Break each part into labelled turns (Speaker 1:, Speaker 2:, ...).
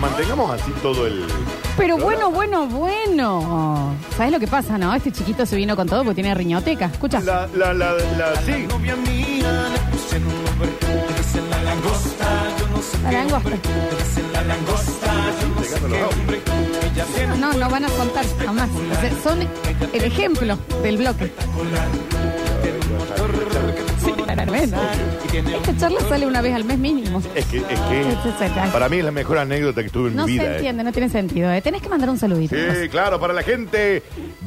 Speaker 1: mantengamos así todo el.
Speaker 2: Pero bueno, bueno, bueno. ¿Sabes lo que pasa, no? Este chiquito se vino con todo porque tiene riñoteca. Escucha.
Speaker 1: La, la, la, la, sí.
Speaker 3: Novia mía, le pusieron un nombre, le dicen la langosta, yo no sé
Speaker 2: La
Speaker 3: qué
Speaker 2: langosta.
Speaker 3: hombre, le dicen la langosta, yo no sé
Speaker 1: Llegándolo.
Speaker 3: qué hombre, ella tiene
Speaker 2: No, no van a contar jamás. O sea, son el ejemplo del bloque. Sí, claramente. Esta charla sale una vez al mes mínimo.
Speaker 1: Es que, es que
Speaker 2: Exacto.
Speaker 1: para mí es la mejor anécdota que tuve en
Speaker 2: No
Speaker 1: mi vida.
Speaker 2: se
Speaker 1: eh.
Speaker 2: entiende, no tiene sentido. ¿eh? Tenés que mandar un saludito.
Speaker 1: Sí, claro, para la gente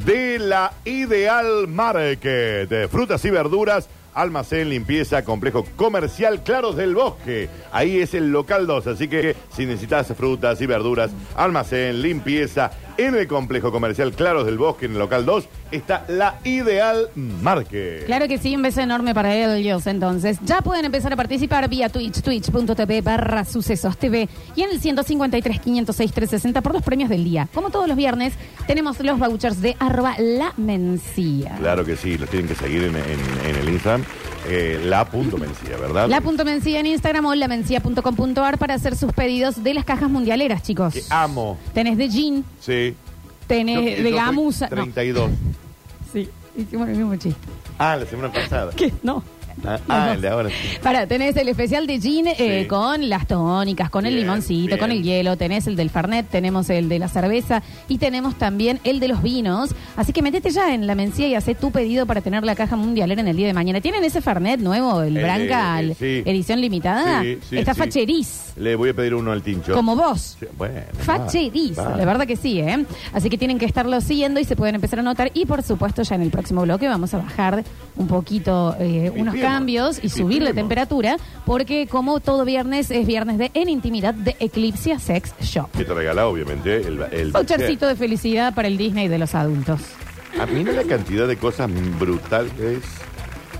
Speaker 1: de la Ideal Market. Eh, Frutas y verduras, almacén, limpieza, complejo comercial, Claros del Bosque. Ahí es el local 2, así que si necesitas frutas y verduras, almacén, limpieza, en el complejo comercial Claros del Bosque, en el local 2, está la Ideal Market.
Speaker 2: Claro que sí, un beso enorme para ellos. Entonces, ya pueden empezar a participar vía Twitch, twitch.tv barra sucesos TV y en el 153 506 360 por los premios del día. Como todos los viernes, tenemos los vouchers de arroba la mencía.
Speaker 1: Claro que sí, los tienen que seguir en, en- en el Instagram. eh, la punto mencía, ¿verdad?
Speaker 2: La punto mencía en Instagram o lamencia.com.ar para hacer sus pedidos de las cajas mundialeras, chicos.
Speaker 1: Que amo.
Speaker 2: Tenés de jean,
Speaker 1: Sí. Eh, ah. Yo-
Speaker 2: tenés
Speaker 1: yo
Speaker 2: Eh, de
Speaker 1: soy
Speaker 2: gamuza. No,
Speaker 1: 32.
Speaker 2: sí, hicimos el mismo chiste.
Speaker 1: Ah, la semana pasada.
Speaker 2: ¿Qué? No.
Speaker 1: Ah,
Speaker 2: No, no.
Speaker 1: el de ahora sí.
Speaker 2: Para, tenés el especial de gin eh,
Speaker 1: Sí.
Speaker 2: con las tónicas, con el
Speaker 1: Bien,
Speaker 2: limoncito,
Speaker 1: bien.
Speaker 2: con el hielo, tenés el del Fernet, tenemos el de la cerveza y tenemos también el de los vinos. Así que metete ya en la mencía y hacé tu pedido para tener la caja mundialera en el día de mañana. ¿Tienen ese Fernet nuevo, el
Speaker 1: Eh,
Speaker 2: Branca,
Speaker 1: eh,
Speaker 2: el-
Speaker 1: sí.
Speaker 2: edición limitada?
Speaker 1: Sí, sí,
Speaker 2: Está
Speaker 1: sí.
Speaker 2: Facheriz,
Speaker 1: Le voy a pedir uno al tincho.
Speaker 2: como vos.
Speaker 1: Sí, Bueno.
Speaker 2: Facheriz,
Speaker 1: va, va.
Speaker 2: la verdad que sí, ¿eh? Así que tienen que estarlo siguiendo y se pueden empezar a notar. Y por supuesto, ya en el próximo bloque vamos a bajar un poquito eh, unos
Speaker 1: Disfrutemos,
Speaker 2: cambios y subir la
Speaker 1: disfrutemos.
Speaker 2: temperatura, porque como todo viernes es viernes de En Intimidad de Eclipse Sex Shop.
Speaker 1: Que te regala, obviamente, el. el
Speaker 2: Vouchercito de felicidad para el Disney de los adultos.
Speaker 1: A mí no la cantidad de cosas brutales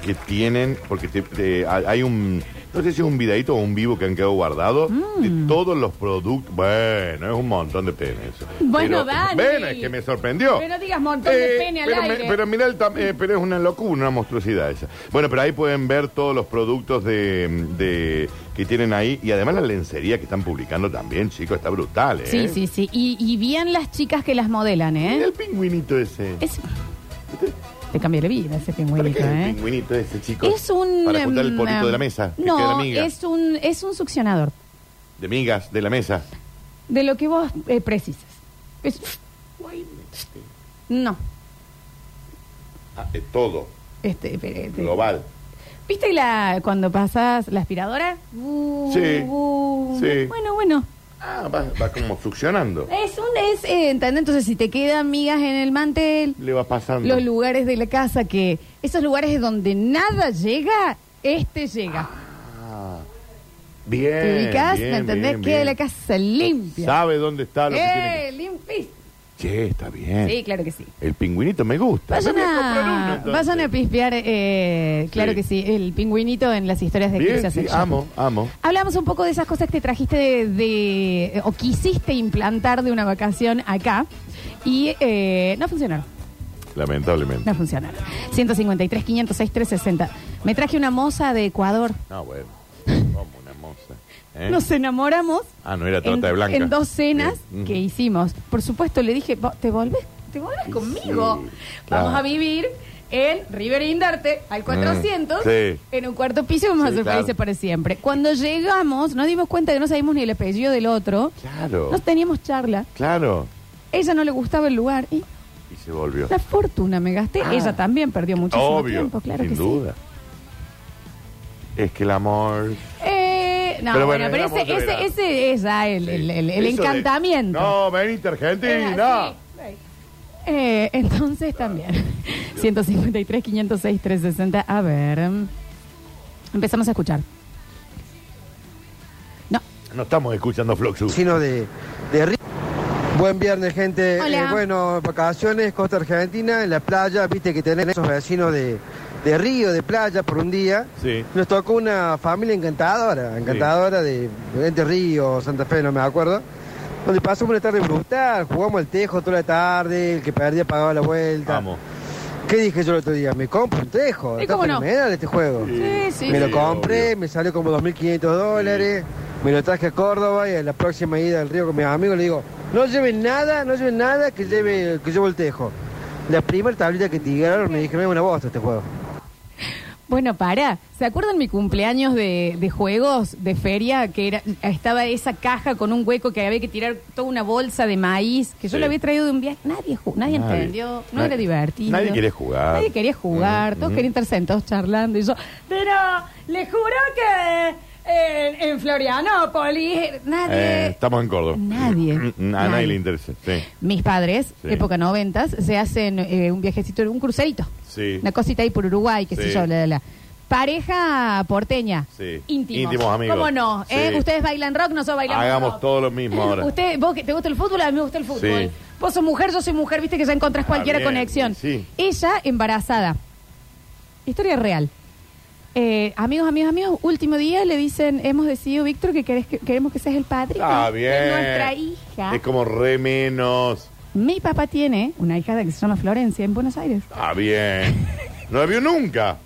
Speaker 1: que tienen, porque te- te- ha- hay un. No sé si es un videito o un vivo que han quedado guardado de
Speaker 2: Mm.
Speaker 1: todos los productos. Bueno, es un montón de penes. Pero-
Speaker 2: Bueno, Dani.
Speaker 1: Bueno, es que me sorprendió.
Speaker 2: Pero no digas montón de pene al
Speaker 1: Eh, pero
Speaker 2: aire.
Speaker 1: pero mira, el tam- eh, pero es una locura, una monstruosidad esa. Bueno, pero ahí pueden ver todos los productos de, de- que tienen ahí y además la lencería que están publicando también, chicos, está brutal, ¿eh?
Speaker 2: Sí, sí, sí. Y, y bien las chicas que las modelan,
Speaker 1: Mira
Speaker 2: ¿eh?
Speaker 1: el pingüinito ese.
Speaker 2: Es... Te cambié la vida ese
Speaker 1: ¿Para qué
Speaker 2: pingüinito,
Speaker 1: es el
Speaker 2: ¿eh?
Speaker 1: pingüinito ese, chico?
Speaker 2: Es un.
Speaker 1: Para juntar el
Speaker 2: em,
Speaker 1: polito de la mesa. que queda
Speaker 2: No,
Speaker 1: miga.
Speaker 2: es un, es un succionador.
Speaker 1: De migas, de la mesa.
Speaker 2: De lo que vos eh, precisas. Es- No.
Speaker 1: Ah, eh, todo,
Speaker 2: Este, pero, este-
Speaker 1: global.
Speaker 2: ¿Viste la, cuando pasas la aspiradora? Bu,
Speaker 1: Sí,
Speaker 2: bu.
Speaker 1: sí.
Speaker 2: Bueno, bueno.
Speaker 1: Ah, va, va como succionando.
Speaker 2: Es un. Es, eh, ¿entendés? Entonces, si te quedan migas en el mantel,
Speaker 1: Le va pasando.
Speaker 2: los lugares de la casa que. Esos lugares donde nada llega, este llega.
Speaker 1: Bien.
Speaker 2: te ubicas,
Speaker 1: Ah, bien,
Speaker 2: ¿me entendés?
Speaker 1: bien,
Speaker 2: Queda
Speaker 1: bien.
Speaker 2: la casa limpia.
Speaker 1: Sabe dónde está lo que tiene
Speaker 2: ¡Eh! Limpis.
Speaker 1: que- Che, está bien.
Speaker 2: Sí, claro que sí.
Speaker 1: El pingüinito me gusta.
Speaker 2: Vayan
Speaker 1: Me voy comprar uno,
Speaker 2: a,
Speaker 1: entonces.
Speaker 2: vayan a pispear, eh, claro
Speaker 1: Sí.
Speaker 2: que sí, el pingüinito en las historias de
Speaker 1: Bien,
Speaker 2: Eclipse
Speaker 1: sí,
Speaker 2: Sex Shop.
Speaker 1: amo, amo.
Speaker 2: Hablamos un poco de esas cosas que te trajiste de, de- o quisiste implantar de una vacación acá y eh, no funcionaron,
Speaker 1: Lamentablemente.
Speaker 2: no funcionaron. 153, 506, 360. Me traje una moza de Ecuador.
Speaker 1: No, bueno. Como una moza. ¿eh?
Speaker 2: Nos enamoramos.
Speaker 1: Ah, no era
Speaker 2: en,
Speaker 1: torta de blanca. Eh,
Speaker 2: en dos cenas
Speaker 1: Bien.
Speaker 2: que
Speaker 1: Ujú.
Speaker 2: hicimos. Por supuesto, le dije, "Vos ¿te volvés? ¿Te volvés
Speaker 1: claro.
Speaker 2: conmigo?
Speaker 1: Mm,
Speaker 2: Vamos a vivir en River Indarte, al 400,
Speaker 1: sí.
Speaker 2: en un cuarto piso y vamos
Speaker 1: Sí,
Speaker 2: a ser
Speaker 1: claro.
Speaker 2: felices para siempre. Cuando llegamos, nos dimos cuenta que no sabíamos ni el apellido del otro.
Speaker 1: Claro.
Speaker 2: No teníamos charla.
Speaker 1: Claro.
Speaker 2: Ella no le gustaba el lugar y
Speaker 1: Y se volvió.
Speaker 2: la fortuna me gasté.
Speaker 1: Ah.
Speaker 2: Ella también perdió muchísimo
Speaker 1: Obvio.
Speaker 2: tiempo, claro
Speaker 1: sin
Speaker 2: que
Speaker 1: duda. Es que el amor.
Speaker 2: sí. Eh, no,
Speaker 1: Pero
Speaker 2: bueno,
Speaker 1: bueno,
Speaker 2: pero
Speaker 1: éramos
Speaker 2: ese,
Speaker 1: de
Speaker 2: ese,
Speaker 1: verano.
Speaker 2: ese es ya el, el- el- el
Speaker 1: Eso de-
Speaker 2: encantamiento.
Speaker 1: No, venite Argentina.
Speaker 2: Era así. Eh, entonces también. 153, 506, 360. A ver. Empezamos a escuchar. No.
Speaker 1: No estamos escuchando Floxu.
Speaker 4: Sino de, de Ri- Buen viernes, gente. Eh,
Speaker 2: Hola.
Speaker 4: bueno, vacaciones, costa argentina, en la playa, viste que tenés esos vecinos de, de río, de playa por un día.
Speaker 1: Sí.
Speaker 4: Nos tocó una familia encantadora, encantadora de Entre Río, Santa Fe, no me acuerdo. Donde pasamos una tarde brutal, jugamos al tejo toda la tarde, el que perdía pagaba la vuelta.
Speaker 1: Vamos.
Speaker 4: ¿Qué dije yo el otro día? Me compro un tejo.
Speaker 2: Sí,
Speaker 4: está
Speaker 2: cómo no.
Speaker 4: fenomenal este juego.
Speaker 2: Sí, sí,
Speaker 4: me
Speaker 2: sí,
Speaker 4: lo compré,
Speaker 1: obvio.
Speaker 4: me salió como 2.500 dólares. Me lo traje a Córdoba y a la próxima ida al río con mis amigos le digo, no lleven nada, no lleven nada que lleve, que llevo el tejo. La primera tablita que tiraron me dijeron, es una bosta este juego.
Speaker 2: Bueno, para. ¿Se acuerdan mi cumpleaños de, de juegos de feria? Que era, estaba esa caja con un hueco que había que tirar toda una bolsa de maíz, que yo
Speaker 1: Sí.
Speaker 2: la había traído de un viaje. Nadie, ju- nadie,
Speaker 1: Nadie.
Speaker 2: entendió, no
Speaker 1: Nadie-
Speaker 2: era divertido.
Speaker 1: nadie quería jugar.
Speaker 2: Nadie quería jugar, todos
Speaker 1: Mm, mm.
Speaker 2: querían estar sentados charlando. Y yo, pero le juro que en, en Florianópolis. Nadie.
Speaker 1: Eh, estamos en Córdoba.
Speaker 2: Nadie.
Speaker 1: A nadie
Speaker 2: Nadie.
Speaker 1: le interesa. Sí.
Speaker 2: Mis padres,
Speaker 1: Sí.
Speaker 2: época noventas, se hacen eh, un viajecito, un crucerito.
Speaker 1: Sí.
Speaker 2: Una cosita ahí por Uruguay, qué sé
Speaker 1: Sí.
Speaker 2: yo, bla, bla, bla. Pareja porteña.
Speaker 1: Sí.
Speaker 2: Íntimos.
Speaker 1: Íntimos amigos.
Speaker 2: ¿Cómo no? ¿Eh?
Speaker 1: Sí.
Speaker 2: Ustedes bailan rock, nosotros bailamos
Speaker 1: Hagamos
Speaker 2: rock.
Speaker 1: todo lo mismo ahora.
Speaker 2: Usted, vos que te gusta el fútbol, a mí me gusta el fútbol.
Speaker 1: Sí.
Speaker 2: Vos sos mujer, yo soy mujer, viste que ya encontrás
Speaker 1: Ah,
Speaker 2: cualquier
Speaker 1: bien,
Speaker 2: conexión.
Speaker 1: sí.
Speaker 2: Ella embarazada. Historia real. Eh, amigos, amigos, amigos, último día le dicen, hemos decidido, Víctor, que, querés que- queremos que seas el padre
Speaker 1: Está
Speaker 2: de
Speaker 1: Ah, bien.
Speaker 2: nuestra hija.
Speaker 1: Es como re menos.
Speaker 2: Mi papá tiene una hija que se llama Florencia en Buenos Aires.
Speaker 1: Está bien. No la vio nunca.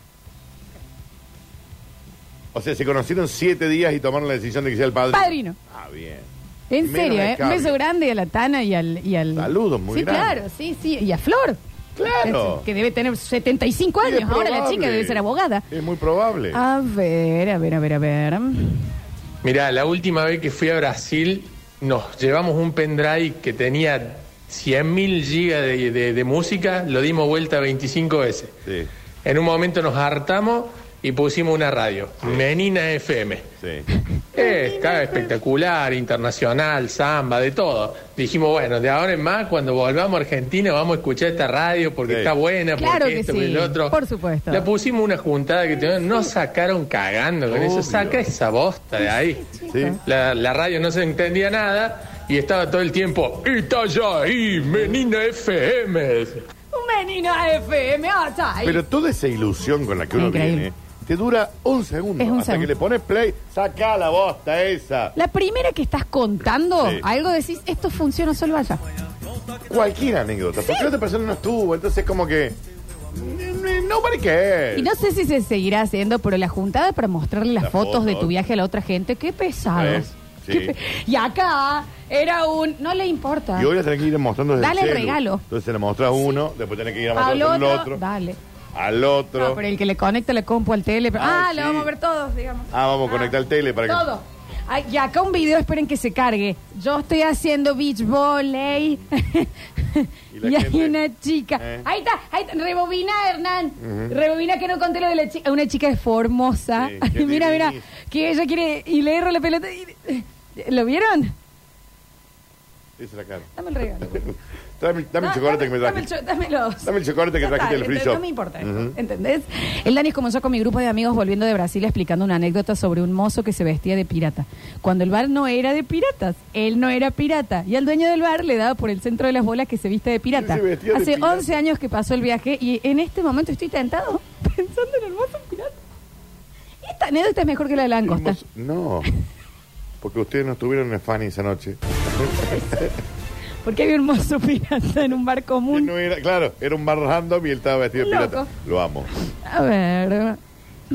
Speaker 1: O sea, se conocieron siete días y tomaron la decisión de que sea el padre.
Speaker 2: Padrino.
Speaker 1: Ah, bien.
Speaker 2: En
Speaker 1: Menos
Speaker 2: serio, ¿eh? Un
Speaker 1: descable.
Speaker 2: beso grande a la Tana y al. Y al...
Speaker 1: Saludos muy
Speaker 2: Sí,
Speaker 1: grandes.
Speaker 2: claro, sí, sí. Y a Flor.
Speaker 1: Claro.
Speaker 2: Es- Que debe tener 75
Speaker 1: Y es
Speaker 2: años. Ahora la
Speaker 1: probable.
Speaker 2: chica debe ser abogada.
Speaker 1: Es muy probable.
Speaker 2: A ver, a ver, a ver, a ver.
Speaker 5: Mirá, la última vez que fui a Brasil nos llevamos un pendrive que tenía 100.000 gigas de, de- de música, lo dimos vuelta 25 veces.
Speaker 1: Sí,
Speaker 5: En un momento nos hartamos y pusimos una radio, Menina FM.
Speaker 1: sí.
Speaker 5: Eh, estaba espectacular, internacional, samba, de todo. Dijimos, bueno, de ahora en más, cuando volvamos a Argentina, vamos a escuchar esta radio porque
Speaker 1: Sí.
Speaker 5: está buena,
Speaker 2: Claro
Speaker 5: porque
Speaker 2: que
Speaker 5: esto,
Speaker 2: sí,
Speaker 5: porque el otro.
Speaker 2: por supuesto.
Speaker 5: La pusimos una juntada que teníamos, nos sacaron cagando con
Speaker 1: Obvio.
Speaker 5: eso. Saca esa bosta de ahí.
Speaker 1: Sí.
Speaker 5: La, la radio no se entendía nada y estaba todo el tiempo, está ya ahí, menina FM.
Speaker 2: Un menino FM, hasta ah, ahí.
Speaker 1: Pero toda esa ilusión con la que uno
Speaker 2: Increíble.
Speaker 1: viene ¿eh? te dura un segundo.
Speaker 2: Es un
Speaker 1: hasta
Speaker 2: segundo.
Speaker 1: que le pones play, saca la bosta esa.
Speaker 2: La primera que estás contando,
Speaker 1: Sí.
Speaker 2: algo decís, esto funciona solo allá.
Speaker 1: Cualquier anécdota. Porque la otra persona no estuvo, entonces como que. No para qué.
Speaker 2: Y no sé si se seguirá haciendo, pero la juntada para mostrarle las
Speaker 1: Las
Speaker 2: fotos, de
Speaker 1: fotos.
Speaker 2: tu viaje a la otra gente, qué pesados.
Speaker 1: ¿Ves? Sí.
Speaker 2: Qué pe- y acá era un. No le importa.
Speaker 1: Y hoy la tenés que ir mostrando desde
Speaker 2: Dale
Speaker 1: el
Speaker 2: el
Speaker 1: celu.
Speaker 2: regalo.
Speaker 1: Entonces se la mostras a uno, después tenés que ir a
Speaker 2: Al
Speaker 1: mostrarlo al
Speaker 2: otro,
Speaker 1: otro,
Speaker 2: Dale.
Speaker 1: al otro.
Speaker 2: No, pero el que le conecta la compu al tele. pero-
Speaker 1: Ah,
Speaker 2: ah, lo
Speaker 1: sí.
Speaker 2: vamos a ver todos, digamos.
Speaker 1: Ah, vamos a conectar el tele para que-
Speaker 2: Todo. Ay, y acá un video, esperen que se cargue. Yo estoy haciendo beach volley.
Speaker 1: Y
Speaker 2: y
Speaker 1: la
Speaker 2: hay
Speaker 1: gente-
Speaker 2: una chica.
Speaker 1: Eh.
Speaker 2: Ahí está, ahí está. Rebobina, Hernán. Rebobina que no conté lo de la chica. Una chica de Formosa.
Speaker 1: Sí,
Speaker 2: Ay,
Speaker 1: qué
Speaker 2: mira, mira.
Speaker 1: divina.
Speaker 2: Que ella quiere. Y le erro la pelota. y- ¿Lo vieron?
Speaker 1: Esa es la cara.
Speaker 2: Dame el regalo.
Speaker 1: Dame, dame el
Speaker 2: No,
Speaker 1: chocolate
Speaker 2: dame-
Speaker 1: que me
Speaker 2: dame el
Speaker 1: trajiste.
Speaker 2: cho- Dame, los-
Speaker 1: Dame el chocolate que
Speaker 2: Ya está,
Speaker 1: trajiste del free
Speaker 2: no-
Speaker 1: shop.
Speaker 2: No me importa, eso,
Speaker 1: Ujú.
Speaker 2: ¿entendés? El Dani es como yo con mi grupo de amigos volviendo de Brasil explicando una anécdota sobre un mozo que se vestía de pirata. Cuando el bar no era de piratas, él no era pirata. Y al dueño del bar le daba por el centro de las bolas que se viste de pirata.
Speaker 1: Él se vestía de
Speaker 2: Hace
Speaker 1: pirata.
Speaker 2: 11 años que pasó el viaje y en este momento estoy tentado pensando en el mozo pirata. Esta anécdota es mejor que la de la langosta.
Speaker 1: Hermoso. No. Porque ustedes no estuvieron en Fanny esa noche.
Speaker 2: Porque había un mozo pirata en un bar
Speaker 1: Que
Speaker 2: común.
Speaker 1: no era, claro, era un bar random y él estaba vestido de
Speaker 2: Loco.
Speaker 1: pirata. Lo amo.
Speaker 2: A ver.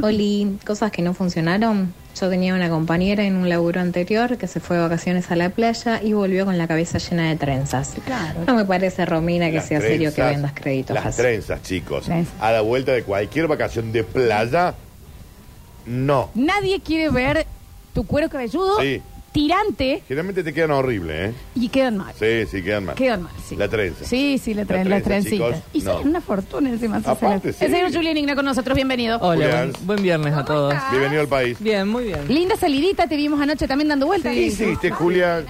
Speaker 6: Oli, cosas que no funcionaron. Yo tenía una compañera en un laburo anterior que se fue de vacaciones a la playa y volvió con la cabeza llena de trenzas.
Speaker 2: Claro.
Speaker 6: No me parece, Romina, que
Speaker 1: Las
Speaker 6: sea serio que
Speaker 1: trenzas-
Speaker 6: vendas créditos
Speaker 1: Las
Speaker 6: así.
Speaker 1: trenzas, chicos.
Speaker 2: Trenzas.
Speaker 1: A la vuelta de cualquier vacación de playa, no.
Speaker 2: Nadie quiere ver tu cuero cabelludo,
Speaker 1: Sí.
Speaker 2: tirante
Speaker 1: Generalmente te quedan horrible, ¿eh?
Speaker 2: y quedan mal.
Speaker 1: Sí, sí, quedan mal.
Speaker 2: Quedan mal, sí.
Speaker 1: La trenza.
Speaker 2: Sí, sí, la,
Speaker 1: La
Speaker 2: tren, la
Speaker 1: trenza,
Speaker 2: trencita.
Speaker 1: chicos,
Speaker 2: y
Speaker 1: no.
Speaker 2: salen una fortuna encima. esas
Speaker 1: Aparte,
Speaker 2: trencitas.
Speaker 1: sí.
Speaker 2: El señor Julián Igna con nosotros, bienvenido.
Speaker 7: Hola,
Speaker 1: Julián.
Speaker 7: buen, buen viernes a todos.
Speaker 2: estás?
Speaker 1: Bienvenido al país.
Speaker 7: Bien, muy bien.
Speaker 2: Linda salidita, te vimos anoche también dando vueltas. Ah,
Speaker 1: ¿Qué hiciste, Julia?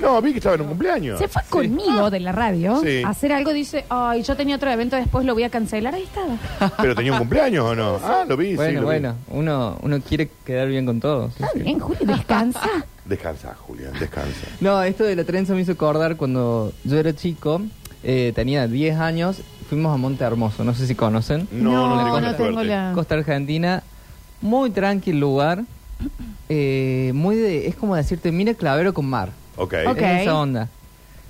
Speaker 1: No, vi que estaba en un cumpleaños.
Speaker 2: Se fue conmigo de la radio
Speaker 1: Sí.
Speaker 2: a hacer algo, dice, ay, yo tenía otro evento, después lo voy a cancelar. Ahí estaba.
Speaker 1: ¿Pero tenía un cumpleaños o no? Ah, lo vi, sí. lo
Speaker 7: bueno,
Speaker 1: vi.
Speaker 7: bueno, uno, uno quiere quedar bien con todos.
Speaker 2: Está bien, Julio, descansa.
Speaker 1: Descansa, Julián, descansa.
Speaker 7: No, esto de la trenza me hizo acordar cuando yo era chico, eh, tenía 10 años, fuimos a Monte Hermoso, no sé si conocen.
Speaker 1: No, no,
Speaker 2: no
Speaker 1: tengo,
Speaker 2: tengo
Speaker 1: la...
Speaker 2: la-
Speaker 7: Costa Argentina, muy tranquil lugar, eh, muy de, es como decirte, mira Clavero con mar.
Speaker 1: suerte.
Speaker 2: Ok.
Speaker 1: Ok.
Speaker 7: Es esa onda.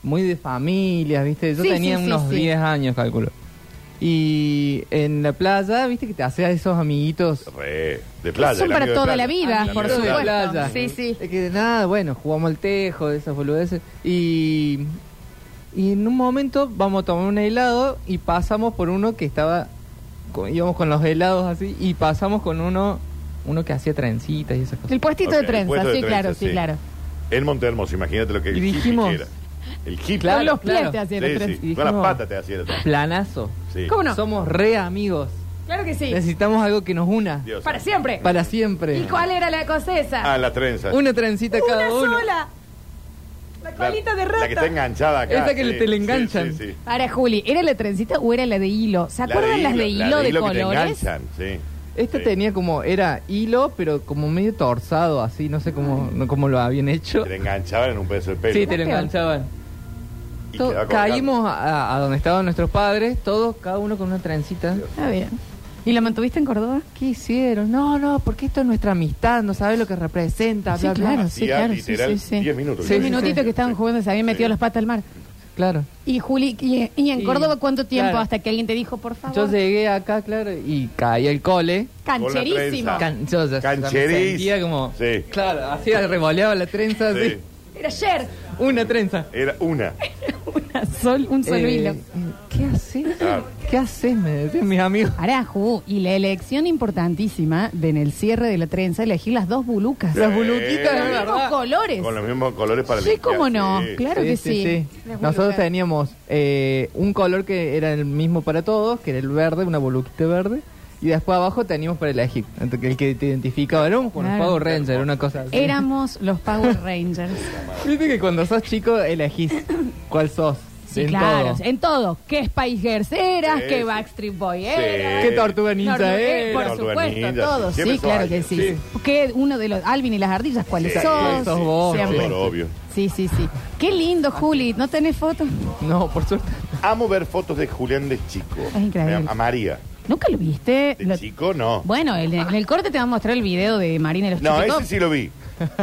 Speaker 7: Muy de familias, ¿viste? Yo
Speaker 2: Sí,
Speaker 7: tenía
Speaker 2: sí, sí,
Speaker 7: unos
Speaker 2: sí.
Speaker 7: 10 años, calculo. Y en la playa, viste que te haces esos amiguitos.
Speaker 1: Re, de playa.
Speaker 2: Son
Speaker 1: el
Speaker 2: para
Speaker 1: amigo de
Speaker 2: toda
Speaker 1: playa.
Speaker 2: la vida,
Speaker 1: El
Speaker 2: por
Speaker 1: amigo de
Speaker 2: supuesto.
Speaker 1: playa.
Speaker 7: playa.
Speaker 2: Sí, sí.
Speaker 7: Es que de nada, bueno, jugamos al tejo, esas boludeces. Y, y en un momento vamos a tomar un helado y pasamos por uno que estaba. co- íbamos con los helados así y pasamos con uno uno que hacía trencitas y esas
Speaker 2: El
Speaker 7: cosas.
Speaker 2: puestito
Speaker 1: Ok,
Speaker 2: de
Speaker 1: el
Speaker 2: trenza,
Speaker 1: puesto de
Speaker 2: sí,
Speaker 1: trenza,
Speaker 2: claro, sí,
Speaker 1: sí.
Speaker 2: claro.
Speaker 1: En Montehermoso, imagínate lo que
Speaker 7: Y
Speaker 1: el hippie
Speaker 7: dijimos-
Speaker 1: quiera. El hippie.
Speaker 7: Claro,
Speaker 2: Con los pies
Speaker 7: claro.
Speaker 2: te hacían
Speaker 1: Sí,
Speaker 2: el trenza.
Speaker 1: sí,
Speaker 7: trenza.
Speaker 1: Con las
Speaker 7: Dijimos-
Speaker 1: patas te hacía la trenza.
Speaker 7: Planazo.
Speaker 1: Sí.
Speaker 2: ¿Cómo no?
Speaker 7: Somos re amigos.
Speaker 2: Claro que sí.
Speaker 7: Necesitamos algo que nos una.
Speaker 1: Dios
Speaker 2: Para
Speaker 1: santo.
Speaker 2: siempre.
Speaker 7: Para siempre.
Speaker 2: ¿Y cuál era la cosa esa?
Speaker 1: Ah, la trenza.
Speaker 7: Una trencita
Speaker 2: Una
Speaker 7: cada uno.
Speaker 2: sola. La colita de
Speaker 1: La que
Speaker 2: rata.
Speaker 1: está enganchada acá.
Speaker 7: Esa que
Speaker 1: sí,
Speaker 7: le- te le
Speaker 1: sí,
Speaker 7: enganchan.
Speaker 1: sí, sí.
Speaker 2: Para Juli, ¿era la trencita o era la de hilo? ¿Se
Speaker 1: La
Speaker 2: acuerdan las de hilo
Speaker 1: la
Speaker 2: de
Speaker 1: que te
Speaker 2: colores?
Speaker 1: enganchan, sí.
Speaker 7: Este
Speaker 1: Sí.
Speaker 7: tenía como, era hilo, pero como medio torzado, así, no sé cómo, no, cómo lo habían hecho.
Speaker 1: Te le enganchaban en un pedazo de pelo.
Speaker 7: Sí, te lo
Speaker 2: Peor.
Speaker 7: enganchaban.
Speaker 1: Y
Speaker 7: To-
Speaker 1: quedaba colgando.
Speaker 7: caímos a, a donde estaban nuestros padres, todos, cada uno con una trencita.
Speaker 2: Está Ah, bien. ¿Y la mantuviste en Córdoba?
Speaker 7: ¿Qué hicieron? No, no, porque esto es nuestra amistad, no sabes lo que representa,
Speaker 2: Sí,
Speaker 7: bla, bla.
Speaker 2: claro.
Speaker 1: Hacía
Speaker 2: claro, sí,
Speaker 1: literal
Speaker 2: sí, sí.
Speaker 1: 10 minutos.
Speaker 7: Sí,
Speaker 2: Seis
Speaker 1: creo.
Speaker 2: minutitos que estaban
Speaker 1: Sí.
Speaker 2: jugando, se habían
Speaker 1: Sí.
Speaker 2: metido las patas al mar.
Speaker 7: Claro.
Speaker 2: Y Juli, y, y en
Speaker 7: Y-
Speaker 2: Córdoba cuánto tiempo
Speaker 7: claro.
Speaker 2: hasta que alguien te dijo, por favor?
Speaker 7: Yo llegué acá, claro, y caí al cole.
Speaker 1: Con
Speaker 2: Cancherísimo.
Speaker 1: la trenza.
Speaker 7: Can- yo ya- ya me
Speaker 1: Cancheriz.
Speaker 7: sentía como.
Speaker 1: Sí.
Speaker 7: Claro, hacía, revoleaba la trenza, así.
Speaker 1: Sí.
Speaker 2: Era ayer.
Speaker 7: Una trenza.
Speaker 1: Era una.
Speaker 2: Una sol, un solo
Speaker 7: Eh,
Speaker 2: hilo.
Speaker 7: ¿Qué haces?
Speaker 1: Claro.
Speaker 7: ¿Qué haces? Me decían mis amigos.
Speaker 2: Pará, Ju, y la elección importantísima de en el cierre de la trenza elegir las dos bulucas.
Speaker 1: Las
Speaker 7: buluquitas,
Speaker 2: Los
Speaker 7: es
Speaker 2: mismos
Speaker 7: verdad.
Speaker 2: colores.
Speaker 1: Con los mismos colores para
Speaker 2: Sí,
Speaker 1: limpiar,
Speaker 2: cómo no.
Speaker 1: sí.
Speaker 2: Claro que sí. Las
Speaker 7: Nosotros
Speaker 2: bulucas.
Speaker 7: teníamos eh, un color que era el mismo para todos, que era el verde, una boluquita verde. Y después abajo teníamos para elegir. Entonces, que el que te identificaba era un
Speaker 2: Claro.
Speaker 7: Power Ranger, una cosa así.
Speaker 2: Éramos los Power Rangers.
Speaker 7: Viste que cuando sos chico elegís cuál sos.
Speaker 2: Sí,
Speaker 7: en
Speaker 2: claro.
Speaker 7: todo.
Speaker 2: En todo. ¿Qué Spice Girls eras,
Speaker 1: Sí,
Speaker 2: qué
Speaker 1: sí.
Speaker 2: Backstreet Boy
Speaker 1: Sí.
Speaker 2: eras.
Speaker 7: ¿Qué tortuga ninja
Speaker 2: Norma-
Speaker 7: eres?
Speaker 2: eh, Por
Speaker 1: Norma
Speaker 2: supuesto,
Speaker 1: Ninja,
Speaker 2: todos.
Speaker 1: sí,
Speaker 2: Sí,
Speaker 1: siempre sos
Speaker 2: claro que
Speaker 1: alguien,
Speaker 2: sí.
Speaker 1: sí.
Speaker 2: ¿Qué- uno de los Alvin y las ardillas, ¿cuáles
Speaker 1: Sí,
Speaker 2: sos?
Speaker 1: sí,
Speaker 7: sos vos,
Speaker 1: sí,
Speaker 2: Siempre.
Speaker 1: todo lo obvio.
Speaker 2: Sí, sí, sí. Qué lindo, Juli. ¿No tenés fotos?
Speaker 7: No, por suerte.
Speaker 1: Amo ver fofotos de Julián de chico.
Speaker 2: Es increíble.
Speaker 1: Me- A María.
Speaker 2: ¿Nunca lo viste?
Speaker 1: De
Speaker 2: Lo-
Speaker 1: chico, no.
Speaker 2: Bueno, el- en el corte te va a mostrar el video de Marina y los
Speaker 1: No,
Speaker 2: Chicos.
Speaker 1: ese sí lo vi.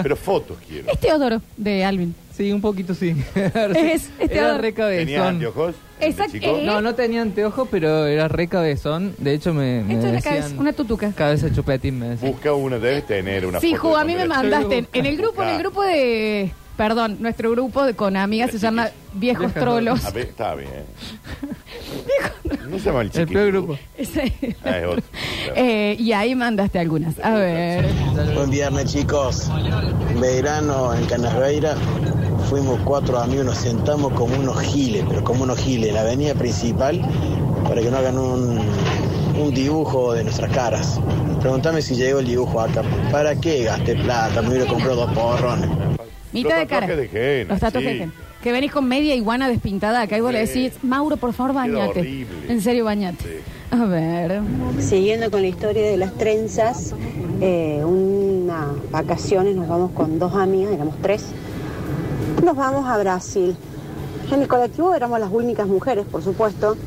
Speaker 1: Pero fotos quiero.
Speaker 2: Es Teodoro de Alvin.
Speaker 7: Sí, un poquito sí.
Speaker 2: Es- este es
Speaker 7: era
Speaker 2: teatro.
Speaker 7: re cabezón.
Speaker 1: ¿Tenía anteojos? de
Speaker 2: Exacto,
Speaker 1: ¿Este chico?
Speaker 2: eh.
Speaker 7: No, no tenía anteojos, pero era re cabezón. De hecho, me, me
Speaker 2: Esto es la
Speaker 7: decían-
Speaker 2: cabeza, una tutuca.
Speaker 7: Cabeza chupetín, me decían.
Speaker 1: Busca una, debes tener una
Speaker 2: Sí,
Speaker 1: foto
Speaker 2: Ju,
Speaker 1: de
Speaker 2: a mí me
Speaker 1: cuando eras
Speaker 7: Yo
Speaker 2: mandaste. En,
Speaker 7: lo busco.
Speaker 2: el grupo, en el
Speaker 1: Ah.
Speaker 2: grupo de. Perdón, nuestro grupo de, con amigas se
Speaker 1: Las
Speaker 2: llama
Speaker 1: chiquis.
Speaker 2: Viejos
Speaker 7: Viejas
Speaker 2: Trolos.
Speaker 1: chico. A ver, está bien. No se llama el chico.
Speaker 7: El peor grupo.
Speaker 2: Ese-
Speaker 1: Ah, es otro.
Speaker 2: Eh, y ahí mandaste algunas. A ver.
Speaker 8: Buen viernes chicos. Verano en Canasveira. Fuimos cuatro amigos, nos sentamos como unos giles, pero como unos giles, en la avenida principal, para que no hagan un, un dibujo de nuestras caras. Pregúntame si llegó el dibujo acá. ¿Para qué gasté plata? Me hubiera comprado dos porrones.
Speaker 2: Mitad de
Speaker 1: Los
Speaker 2: cara.
Speaker 1: tatuajes de henna,
Speaker 2: Los tatuajes
Speaker 1: sí.
Speaker 2: de henna. Que venís con media iguana despintada acá y vos le
Speaker 1: Sí.
Speaker 2: decís, Mauro, por favor,
Speaker 1: Queda
Speaker 2: bañate.
Speaker 1: horrible.
Speaker 2: En serio, bañate. A ver.
Speaker 9: Siguiendo con la historia de las trenzas, eh, unas vacaciones nos vamos con dos amigas, éramos tres, nos vamos a Brasil. En el colectivo éramos las únicas mujeres, por supuesto,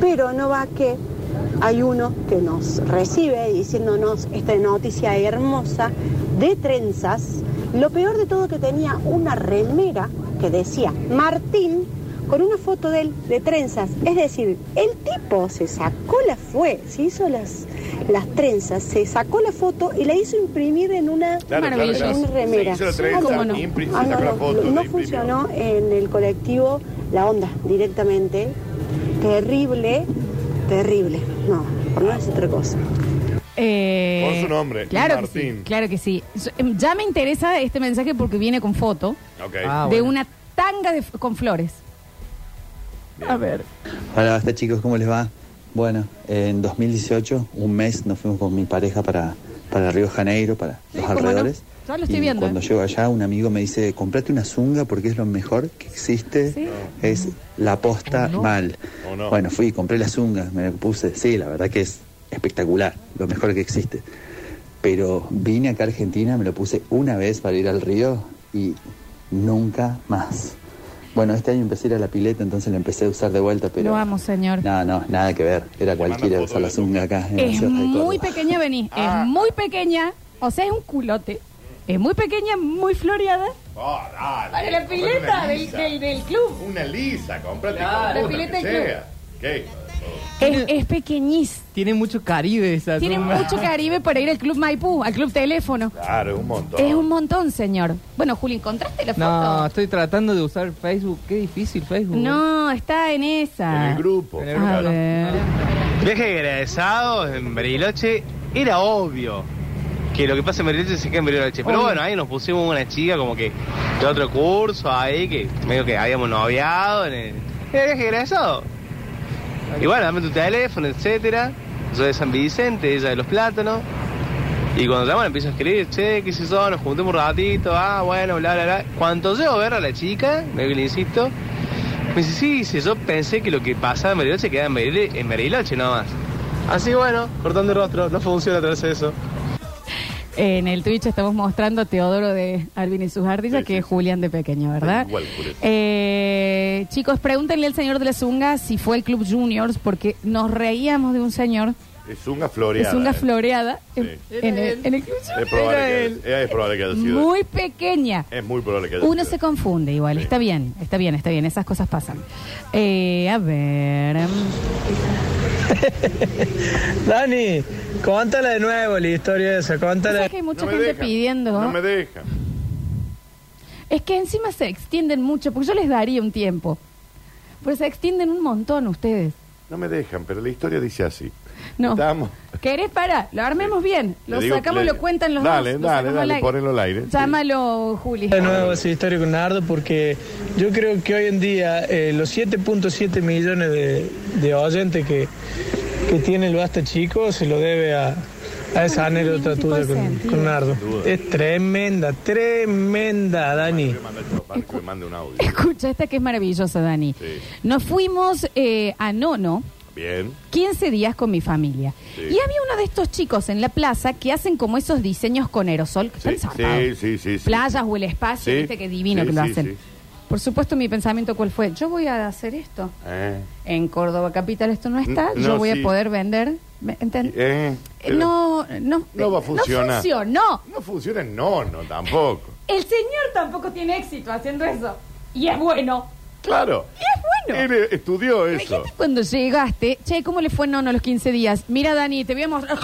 Speaker 9: pero no va que hay uno que nos recibe diciéndonos esta noticia hermosa de trenzas. Lo peor de todo que tenía una remera que decía Martín con una foto de él de trenzas. Es decir, el tipo se sacó la fue, se hizo las, las trenzas, se sacó la foto y la hizo imprimir en una,
Speaker 1: Claro,
Speaker 2: claro,
Speaker 9: en
Speaker 2: claro.
Speaker 9: una remera.
Speaker 1: Se hizo la trenza,
Speaker 9: Ah, ¿cómo
Speaker 1: impri- se sacó
Speaker 9: Ah, no,
Speaker 1: la
Speaker 9: no,
Speaker 1: foto,
Speaker 9: no
Speaker 1: la imprimió.
Speaker 9: funcionó en el colectivo la onda directamente. Terrible, terrible. No, por no decir otra cosa.
Speaker 2: Eh,
Speaker 1: Pon su nombre,
Speaker 2: Claro que
Speaker 1: Martín.
Speaker 2: sí. Claro que sí. Yo- em, Ya me interesa este mensaje porque viene con foto
Speaker 1: Ok.
Speaker 7: Ah,
Speaker 2: de
Speaker 7: bueno.
Speaker 2: una tanga de f- con flores. A ver.
Speaker 10: Hola, basta chicos, ¿cómo les va? Bueno, en 2018, un mes, nos fuimos con mi pareja para, para Río Janeiro, para
Speaker 2: Sí,
Speaker 10: los
Speaker 2: cómo no.
Speaker 10: alrededores.
Speaker 2: Ya lo estoy
Speaker 10: y
Speaker 2: viendo,
Speaker 10: Cuando
Speaker 2: eh.
Speaker 10: llego allá, un amigo me dice, comprate una zunga porque es lo mejor que existe.
Speaker 4: Este,
Speaker 2: Sí.
Speaker 10: Es la posta mal.
Speaker 1: Oh, no.
Speaker 10: Bueno, fui, compré la zunga, me la puse. Sí, la verdad que es espectacular, lo mejor que existe. Pero vine acá a Argentina, me lo puse una vez para ir al río y nunca más. Bueno, este año empecé a ir a la pileta, entonces la empecé a usar de vuelta, pero...
Speaker 2: Lo amo, señor.
Speaker 10: No, no, nada que ver. Era cualquiera usar la zunga acá. en la
Speaker 2: Es
Speaker 10: Sierra de
Speaker 2: muy
Speaker 10: Córdoba.
Speaker 2: pequeña, Bení.
Speaker 1: Ah.
Speaker 2: Es muy pequeña. O sea, es un culote. Es muy pequeña, muy floreada.
Speaker 1: Oh, dale,
Speaker 2: Para la
Speaker 1: comprate
Speaker 2: pileta
Speaker 1: una
Speaker 2: del,
Speaker 1: lisa.
Speaker 2: del- del club.
Speaker 1: Una lisa, comprate.
Speaker 7: Claro.
Speaker 1: con
Speaker 2: La
Speaker 1: una
Speaker 2: pileta
Speaker 1: que
Speaker 2: del club.
Speaker 1: sea. ¿Qué?
Speaker 2: Es, es pequeñís.
Speaker 7: Tiene mucho Caribe esa
Speaker 2: Tiene
Speaker 7: tumba.
Speaker 2: mucho Caribe para ir al Club Maipú, al Club Teléfono.
Speaker 1: Claro, un montón.
Speaker 2: Es un montón, señor. Bueno, Juli, ¿encontraste la
Speaker 7: No,
Speaker 2: foto?
Speaker 7: estoy tratando de usar Facebook. Qué difícil Facebook.
Speaker 2: No, está en esa.
Speaker 1: En el grupo.
Speaker 7: En el
Speaker 2: A
Speaker 7: grupo, ¿no?
Speaker 2: ver.
Speaker 3: Viaje egresados en Bariloche, era obvio que lo que pasa en Bariloche se queda en Bariloche. Pero
Speaker 2: Obvio.
Speaker 3: bueno, ahí nos pusimos una chica como que de otro curso ahí, que medio que habíamos noviado en el, en el viaje egresado. Y bueno, dame tu teléfono, etcétera. Yo de San Vicente, ella de los plátanos. Y cuando llaman empiezo a escribir, che, qué sé yo, nos juntemos un ratito, ah, bueno, bla, bla, bla. Cuando llego a ver a la chica, medio que le insisto, me dice, sí, dice, yo pensé que lo que pasaba en Bariloche quedaba en Baril- en Bariloche nada más. Así bueno, cortando el rostro, no funciona tras eso.
Speaker 2: En el Twitch estamos mostrando a Teodoro de Alvin y sus ardillas,
Speaker 1: Sí,
Speaker 2: que
Speaker 1: sí,
Speaker 2: es
Speaker 1: sí.
Speaker 2: Julián de pequeño, ¿verdad?
Speaker 1: Igual, Julián.
Speaker 2: Eh, chicos, pregúntenle al señor de la Zunga si fue el Club Juniors, porque nos reíamos de un señor
Speaker 1: Es una
Speaker 2: de
Speaker 1: floreada.
Speaker 2: Zunga
Speaker 1: eh.
Speaker 2: floreada en,
Speaker 1: Sí.
Speaker 2: en el, en el Club
Speaker 1: Es
Speaker 2: Juniors.
Speaker 1: probable,
Speaker 2: Era
Speaker 1: que,
Speaker 2: él.
Speaker 1: eh, es probable que haya sido.
Speaker 2: Muy pequeña.
Speaker 1: Es muy probable que haya
Speaker 2: Uno
Speaker 1: sido.
Speaker 2: se confunde igual,
Speaker 1: Sí.
Speaker 2: está bien, está bien, está bien, esas cosas pasan. Eh, a ver. mm,
Speaker 4: Dani, contala de nuevo la historia esa, contala.
Speaker 2: ¿Sabes que hay mucha
Speaker 1: No me
Speaker 2: gente
Speaker 1: dejan,
Speaker 2: pidiendo?
Speaker 1: No me dejan.
Speaker 2: Es que encima se extienden mucho, porque yo les daría un tiempo. Pero se extienden un montón ustedes.
Speaker 1: No me dejan, pero la historia dice así.
Speaker 2: No.
Speaker 1: Estamos.
Speaker 2: ¿Querés para? Lo armemos bien.
Speaker 1: Le
Speaker 2: Lo
Speaker 1: digo,
Speaker 2: sacamos,
Speaker 1: le-
Speaker 2: lo cuentan los
Speaker 1: Dale,
Speaker 2: dos. lo
Speaker 1: dale,
Speaker 2: sacamos al
Speaker 1: dale,
Speaker 2: aire.
Speaker 1: ponelo al aire, sí.
Speaker 2: Llámalo, Juli.
Speaker 4: De nuevo esa historia con Nardo porque yo creo que hoy en día eh, los 7.7 millones de, de oyentes que, que tiene el Basta Chico se lo debe a, a esa
Speaker 2: No tiene
Speaker 4: anécdota
Speaker 2: ningún tipo
Speaker 4: tuya
Speaker 2: de
Speaker 4: con,
Speaker 2: sentido.
Speaker 4: con Nardo. Es tremenda, tremenda, Dani.
Speaker 1: Me manda el chopar que me mande un audio.
Speaker 2: Escucha esta que es maravillosa, Dani.
Speaker 1: Sí.
Speaker 2: Nos fuimos eh, a Nono.
Speaker 1: Bien.
Speaker 2: 15 días con mi familia.
Speaker 1: Sí.
Speaker 2: Y había uno de estos chicos en la plaza que hacen como esos diseños con aerosol. Que
Speaker 1: Sí,
Speaker 2: están zarpados.
Speaker 1: sí, sí, sí, sí.
Speaker 2: Playas o el espacio,
Speaker 1: Sí,
Speaker 2: viste que divino
Speaker 1: sí,
Speaker 2: que lo
Speaker 1: sí,
Speaker 2: hacen.
Speaker 1: sí.
Speaker 2: Por supuesto, mi pensamiento, ¿cuál fue? Yo voy a hacer esto.
Speaker 1: Eh.
Speaker 2: En Córdoba Capital esto no está.
Speaker 1: N- no,
Speaker 2: yo voy
Speaker 1: sí.
Speaker 2: a poder vender. ¿me enten-
Speaker 1: Eh, pero
Speaker 2: no, no.
Speaker 1: No va a funcionar.
Speaker 2: No funcionó.
Speaker 1: No funciona en no, no, tampoco.
Speaker 2: El señor tampoco tiene éxito haciendo eso. Y es bueno.
Speaker 1: Claro.
Speaker 2: Y es bueno.
Speaker 1: Él eh, estudió eso.
Speaker 2: Imagínate cuando llegaste, che, ¿cómo le fue no, no los 15 días? Mira, Dani, te voy a mostrar.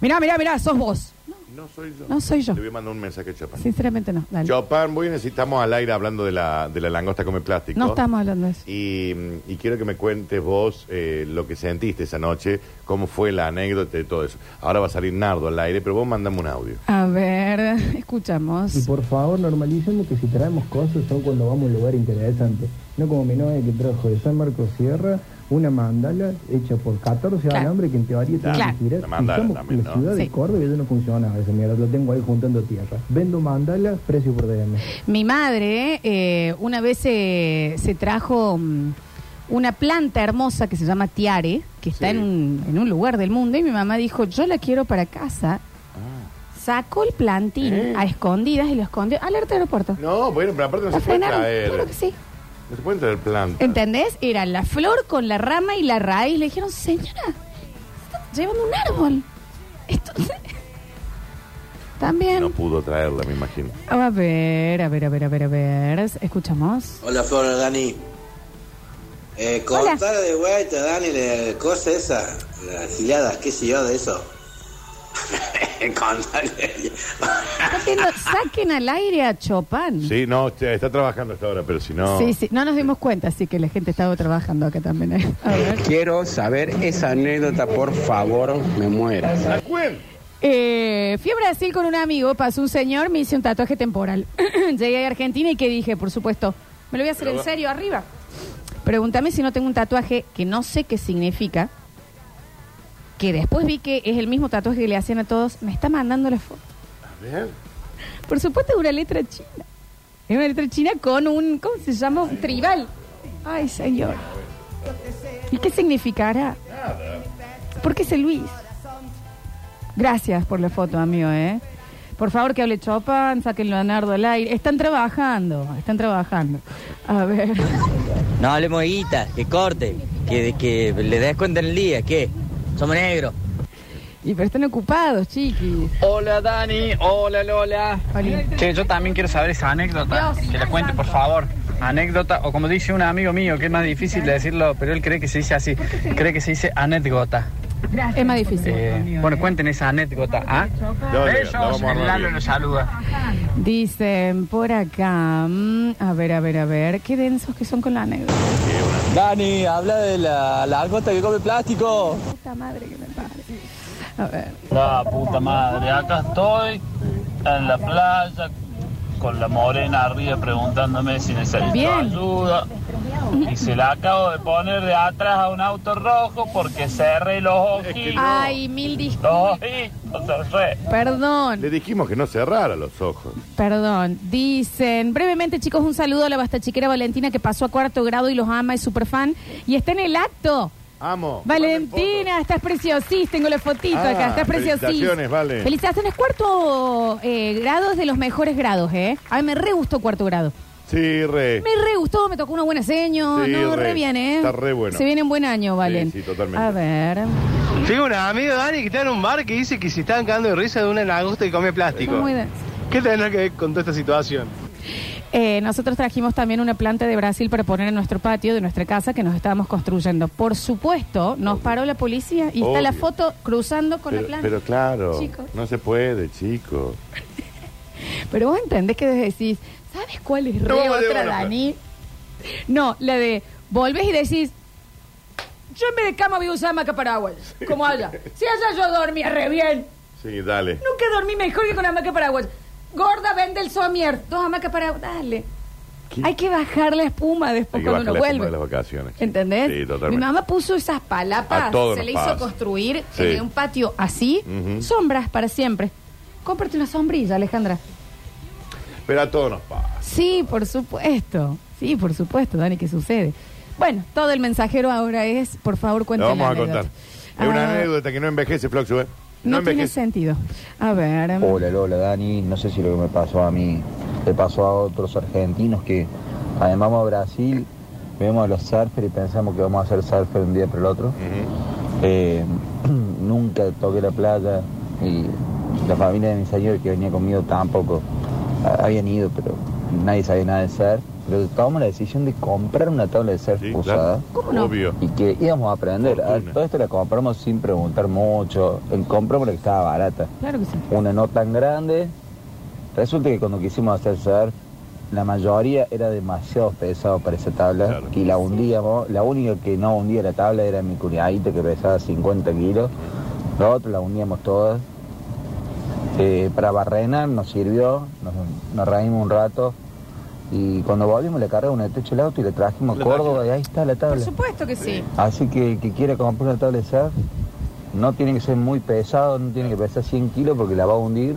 Speaker 2: Mirá, mirá, mirá, sos vos.
Speaker 1: No soy yo.
Speaker 2: No soy yo.
Speaker 1: Le voy a mandar un mensaje a Chopin.
Speaker 2: Sinceramente no, Dani.
Speaker 1: Chopin, voy necesitamos al aire hablando de la, de la langosta come plástico.
Speaker 2: No estamos hablando de eso.
Speaker 1: Y, mm, y quiero que me cuentes vos eh, lo que sentiste esa noche, cómo fue la anécdota y todo eso. Ahora va a salir Nardo al aire, pero vos mandame un audio.
Speaker 2: A ver, escuchamos.
Speaker 4: por favor normalicemos que si traemos cosas son cuando vamos a un lugar interesante. No como mi novia que trajo de San Marcos Sierra una mandala hecha por 14
Speaker 2: Claro.
Speaker 4: alambres que en teoría tiene
Speaker 2: Claro.
Speaker 4: que girar.
Speaker 1: La mandala
Speaker 4: Estamos
Speaker 1: también,
Speaker 4: en la
Speaker 1: ¿no?
Speaker 4: ciudad
Speaker 2: Sí.
Speaker 4: de Córdoba y eso no funciona. Esa mierda lo tengo ahí juntando tierra. Vendo mandala, precio por DM.
Speaker 2: Mi madre eh, una vez eh, se trajo mm, una planta hermosa que se llama tiare, que está
Speaker 1: Sí.
Speaker 2: en, un, en un lugar del mundo, y mi mamá dijo, yo la quiero para casa. Sacó el plantín
Speaker 1: Ah. Eh.
Speaker 2: a escondidas y lo escondió. Alerta aeropuerto.
Speaker 1: No, bueno, pero aparte no
Speaker 2: La
Speaker 1: se puede
Speaker 2: frenaron.
Speaker 1: traer.
Speaker 2: Claro que sí.
Speaker 1: No se puede traer planta.
Speaker 2: ¿Entendés? Era la flor con la rama y la raíz. Le dijeron, señora, está llevando un árbol. Esto... También.
Speaker 1: No pudo traerla, me imagino.
Speaker 2: A ver, a ver, a ver, a ver, a ver. Escuchamos.
Speaker 8: Hola, Flor, Dani. Eh,
Speaker 2: Hola.
Speaker 8: contale de vuelta, Dani, la cosa esa, las giladas, qué sé yo, de eso. contale.
Speaker 2: Saquen, saquen al aire a Chopin.
Speaker 1: Sí, no, che, está trabajando hasta ahora, pero si no.
Speaker 2: Sí, sí. No nos dimos cuenta, así que la gente estaba trabajando acá también. ¿eh? A ver.
Speaker 10: Quiero saber esa anécdota, por favor, me muero.
Speaker 1: ¿La cuen?
Speaker 2: Eh, fui a Brasil con un amigo, pasó un señor, me hice un tatuaje temporal. Llegué a Argentina y que dije, por supuesto, me lo voy a hacer
Speaker 1: Pero
Speaker 2: en
Speaker 1: va-
Speaker 2: serio arriba. Pregúntame si no tengo un tatuaje que no sé qué significa, que después vi que es el mismo tatuaje que le hacían a todos, me está mandando la foto.
Speaker 1: A ver.
Speaker 2: Por supuesto es una letra china. Es una letra china con un, ¿cómo se llama? Un tribal. Ay, señor. ¿Y qué significará? Porque es el Luis. Gracias por la foto, amigo, ¿eh? Por favor, que hable Chopin, saquen Leonardo al aire. Están trabajando, están trabajando. A ver.
Speaker 4: No hablemos de guita, que corte, que, que le des cuenta en el día, que somos negros.
Speaker 2: Y pero están ocupados, chiquis.
Speaker 4: Hola Dani, hola Lola.
Speaker 2: Oli.
Speaker 4: Che, yo también quiero saber esa anécdota.
Speaker 2: Dios.
Speaker 4: que la cuente, por favor.
Speaker 11: anécdota, o como dice un amigo mío, que es más difícil de decirlo, pero él cree que se dice así, cree que se dice anécdota.
Speaker 2: Es más difícil.
Speaker 11: Eh, bueno, cuenten esa anécdota, ¿ah?
Speaker 1: Dale, la
Speaker 11: Besos,
Speaker 1: vamos a armar
Speaker 11: el Lalo
Speaker 1: bien.
Speaker 11: los saluda.
Speaker 2: Dicen por acá. mm, A ver, a ver, a ver. Qué densos que son con la anécdota.
Speaker 11: Dani, habla de la, la que come plástico.
Speaker 2: Puta madre que me pare. A ver.
Speaker 11: La puta madre, acá estoy en la playa con la morena arriba preguntándome si necesito
Speaker 2: Bien.
Speaker 11: ayuda. Y se la acabo de poner de atrás a un auto rojo porque cerré los ojitos.
Speaker 2: Ay, mil disculpas.
Speaker 11: Los ojitos cerré.
Speaker 2: Perdón,
Speaker 1: Le dijimos que no cerrara los ojos.
Speaker 2: perdón. Dicen, brevemente chicos, un saludo a la bastachiquera Valentina que pasó a cuarto grado y los ama, es super fan. Y está en el acto.
Speaker 1: Amo.
Speaker 2: Valentina, estás preciosís, tengo la fotito
Speaker 1: Ah,
Speaker 2: acá, estás preciosís.
Speaker 1: felicitaciones, Vale.
Speaker 2: Felicitaciones, cuarto eh, grado es de los mejores grados, ¿eh? A mí me re gustó cuarto grado.
Speaker 1: Sí, re.
Speaker 2: Me re gustó, me tocó una buena seño,
Speaker 1: Sí,
Speaker 2: no, re,
Speaker 1: re.
Speaker 2: bien, ¿eh?
Speaker 1: Está re bueno.
Speaker 2: Se viene un buen año, Valen.
Speaker 1: sí, totalmente.
Speaker 2: A ver,
Speaker 3: Tengo un amigo, Dani, que está en un bar que dice que se está cagando de risa de una langosta que come plástico.
Speaker 2: son muy densos.
Speaker 3: ¿Qué tendrá que ver con toda esta situación?
Speaker 2: Eh, nosotros trajimos también una planta de Brasil para poner en nuestro patio de nuestra casa que nos estábamos construyendo. Por supuesto, nos paró la policía y está la
Speaker 1: Obvio.
Speaker 2: foto cruzando con la
Speaker 1: Pero,
Speaker 2: planta.
Speaker 1: pero claro,
Speaker 2: Chicos.
Speaker 1: no se puede, chico.
Speaker 2: Pero vos entendés que decís, ¿sabes cuál es
Speaker 1: No,
Speaker 2: re
Speaker 1: vamos a
Speaker 2: otra,
Speaker 1: llevar la
Speaker 2: Dani? No, la de volvés y decís, yo en vez de cama voy a usar macaparaguas, como allá. Si allá yo dormía re bien,
Speaker 1: Sí, dale.
Speaker 2: nunca dormí mejor que con hamaca paraguas. Gorda, vende el somier, dos hamacas paraguas, dale.
Speaker 1: ¿Qué?
Speaker 2: Hay que bajar la espuma después
Speaker 1: Hay que
Speaker 2: cuando
Speaker 1: bajar
Speaker 2: uno
Speaker 1: la espuma
Speaker 2: vuelve.
Speaker 1: de las vacaciones.
Speaker 2: ¿Entendés?
Speaker 1: Sí, totalmente.
Speaker 2: Mi mamá puso esas palapas,
Speaker 1: A todos
Speaker 2: se
Speaker 1: nos
Speaker 2: le
Speaker 1: pasa.
Speaker 2: hizo construir
Speaker 1: Sí.
Speaker 2: en un patio así,
Speaker 1: Ujú.
Speaker 2: sombras para siempre. Cómprate una sombrilla, Alejandra.
Speaker 1: Pero a todos nos pasa.
Speaker 2: Sí, por supuesto. Sí, por supuesto, Dani, que sucede. Bueno, todo el mensajero ahora es, por favor,
Speaker 1: Lo
Speaker 2: cuéntame.
Speaker 1: vamos a contar. Es
Speaker 2: Ah.
Speaker 1: una anécdota que no envejece, Floxu, ¿eh?
Speaker 2: No, tiene
Speaker 1: envejece.
Speaker 2: sentido. A ver.
Speaker 10: Hola Lola, Dani, no sé si lo que me pasó a mí le pasó a otros argentinos que además vamos a Brasil, vemos a los surfers y pensamos que vamos a hacer surfer un día para el otro. Eh, nunca toqué la playa y la familia de mi señor que venía conmigo tampoco Ah, habían ido, pero nadie sabía nada de surf. Pero tomamos la decisión de comprar una tabla de surf
Speaker 1: Sí,
Speaker 10: usada
Speaker 1: claro.
Speaker 2: ¿Cómo no?
Speaker 1: Obvio.
Speaker 10: y que íbamos a aprender. A-
Speaker 1: Fortuna.
Speaker 10: todo esto la compramos sin preguntar mucho, Eh, compramos la que estaba barata
Speaker 2: Claro que sí.
Speaker 10: una no tan grande. Resulta que cuando quisimos hacer surf, la mayoría era demasiado pesado para esa tabla
Speaker 1: Claro.
Speaker 10: y la hundíamos. La única que no hundía la tabla era mi cuñadito que pesaba 50 kilos. Nosotros la hundíamos todas. Eh, para barrenar nos sirvió, nos, nos reímos un rato y cuando volvimos le cargamos en el techo el auto y le trajimos a Córdoba y ahí está la
Speaker 2: Por
Speaker 10: tabla.
Speaker 2: supuesto que sí.
Speaker 10: Así que el que quiera comprar una tabla de surf no tiene que ser muy pesado, no tiene que pesar 100 kilos porque la va a hundir.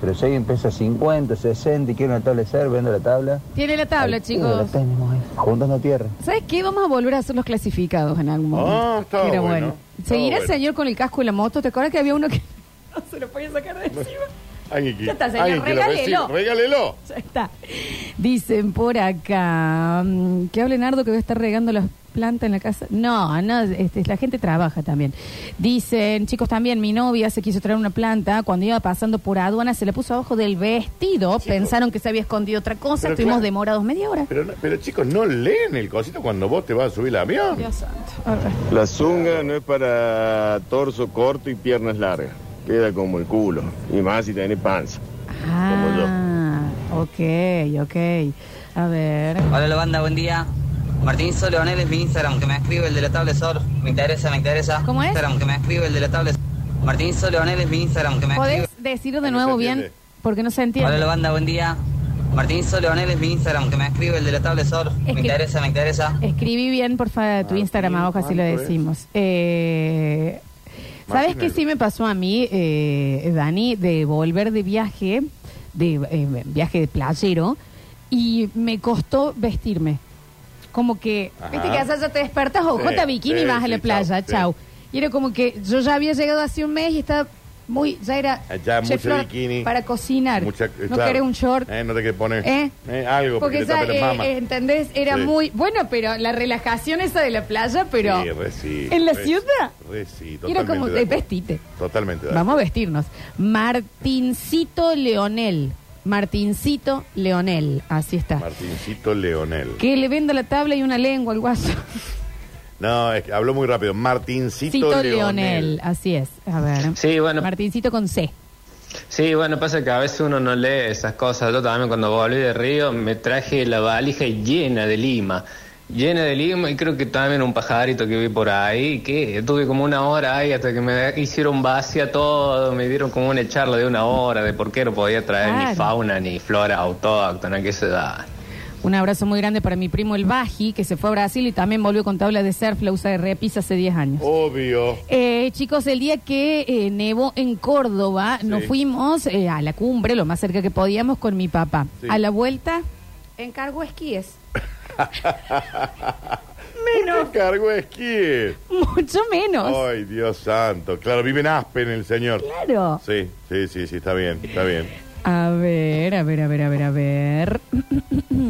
Speaker 10: Pero si alguien pesa 50, 60 y quiere una tabla de surf, vende la tabla.
Speaker 2: Tiene la tabla,
Speaker 10: Ahí, la
Speaker 2: chicos.
Speaker 10: tenemos ahí, juntando tierra.
Speaker 2: ¿Sabes qué? Vamos a volver a hacer los clasificados en algún momento.
Speaker 1: Ah, estaba
Speaker 2: Era
Speaker 1: bueno. Estaba
Speaker 2: ¿Seguirá el
Speaker 1: bueno.
Speaker 2: señor con el casco y la moto? ¿Te acuerdas que había uno que no se lo podía sacar de encima?
Speaker 1: Alguien que,
Speaker 2: Ya está, señor,
Speaker 1: alguien que lo
Speaker 2: regálelo.
Speaker 1: reciba. Regálelo.
Speaker 2: Ya está. Dicen por acá mm, que hable Nardo que va a estar regando las plantas en la casa. No, no, este, la gente trabaja también. Dicen, chicos, también mi novia se quiso traer una planta. Cuando iba pasando por aduana se la puso abajo del vestido. Pensaron que se había escondido otra cosa.
Speaker 1: pues. Pero
Speaker 2: Estuvimos
Speaker 1: claro.
Speaker 2: demorados media hora.
Speaker 1: Pero, no- pero chicos, no leen el cosito cuando vos te vas a subir al avión.
Speaker 2: Dios santo. A ver.
Speaker 12: La zunga no es para torso corto y piernas largas. Queda como el culo. Y más si tenés panza.
Speaker 2: Ah, ok, ok. A ver.
Speaker 11: Hola, la banda, buen día. Martín Leonel es mi Instagram, que me escribe el de la tabla SOR. Me interesa, me interesa.
Speaker 2: ¿Cómo es?
Speaker 11: Instagram, que me escribe el de la tabla Martín Leonel es mi Instagram, que me
Speaker 2: ¿Podés
Speaker 11: escribe.
Speaker 2: decirlo de
Speaker 1: No se
Speaker 2: nuevo
Speaker 1: entiende.
Speaker 2: bien? Porque no se entiende.
Speaker 11: Hola, la banda, buen día. Martín Leonel es mi Instagram, que me escribe el de la tabla SOR.
Speaker 2: Es que-
Speaker 11: Me interesa, me interesa.
Speaker 2: Escribí bien, por favor,
Speaker 1: Ah,
Speaker 2: tu Instagram, a hoja, así lo
Speaker 1: ¿cuánto
Speaker 2: decimos. Eh, ¿Sabes
Speaker 1: Martín
Speaker 2: qué
Speaker 1: Negro.
Speaker 2: sí me pasó a mí, eh, Dani, de volver de viaje, de eh, viaje de playero, y me costó vestirme? Como que,
Speaker 1: Ajá.
Speaker 2: viste que allá ya te despertas, o
Speaker 1: Ah. Sí,
Speaker 2: jota bikini,
Speaker 1: sí,
Speaker 2: vas a la
Speaker 1: sí, chau,
Speaker 2: playa,
Speaker 1: sí.
Speaker 2: chau. Y era como que yo ya había llegado hace un mes y estaba muy, ya era
Speaker 1: Ah, Ya
Speaker 2: "Che,
Speaker 1: mucho
Speaker 2: Flor,
Speaker 1: bikini.
Speaker 2: para cocinar.
Speaker 1: Mucha- eh,
Speaker 2: no
Speaker 1: claro.
Speaker 2: querés un short.
Speaker 1: Eh, no te querés poner.
Speaker 2: ¿Eh?
Speaker 1: Eh, algo porque,
Speaker 2: Porque
Speaker 1: te
Speaker 2: ya,
Speaker 1: tape
Speaker 2: eh,
Speaker 1: la mama.
Speaker 2: eh, ¿entendés? Era
Speaker 1: Sí.
Speaker 2: muy... Bueno, pero la relajación esa de la playa, pero...
Speaker 1: Sí, re sí,
Speaker 2: ¿En la
Speaker 1: re sí,
Speaker 2: ciudad?
Speaker 1: re sí,
Speaker 2: era
Speaker 1: totalmente
Speaker 2: como,
Speaker 1: de
Speaker 2: eh,
Speaker 1: acuerdo.
Speaker 2: vestite.
Speaker 1: Totalmente. de
Speaker 2: Vamos a vestirnos. Martincito Leonel. Martincito Leonel, así está.
Speaker 1: Martincito Leonel.
Speaker 2: Que le venda la tabla y una lengua al guaso.
Speaker 1: No, es que habló muy rápido. Martincito
Speaker 2: Cito
Speaker 1: Leonel.
Speaker 2: Leonel, así es. A ver.
Speaker 7: Sí, bueno.
Speaker 2: Martincito con C.
Speaker 7: Sí, bueno, pasa que a veces uno no lee esas cosas. Yo también cuando volví de Río me traje la valija llena de lima. Llena de lima y creo que también un pajarito que vi por ahí, que tuve como una hora ahí hasta que me hicieron vacía todo, me dieron como una charla de una hora de por qué no podía traer
Speaker 2: Claro.
Speaker 7: ni fauna ni flora autóctona, que se da.
Speaker 2: Un abrazo muy grande para mi primo el Baji, que se fue a Brasil y también volvió con tabla de surf, la usa de repisa hace 10 años.
Speaker 1: Obvio.
Speaker 2: Eh, chicos, el día que eh, nevó en Córdoba, nos
Speaker 1: Sí.
Speaker 2: fuimos eh, a la cumbre, lo más cerca que podíamos, con mi papá.
Speaker 1: Sí.
Speaker 2: A la vuelta, encargó esquíes.
Speaker 1: Menos. cargo esquí?
Speaker 2: Mucho menos.
Speaker 1: Ay, Dios santo. Claro, vive en Aspen el señor.
Speaker 2: Claro.
Speaker 1: Sí, sí, sí, sí, está bien, está bien.
Speaker 2: A ver, a ver, a ver, a ver, a ver.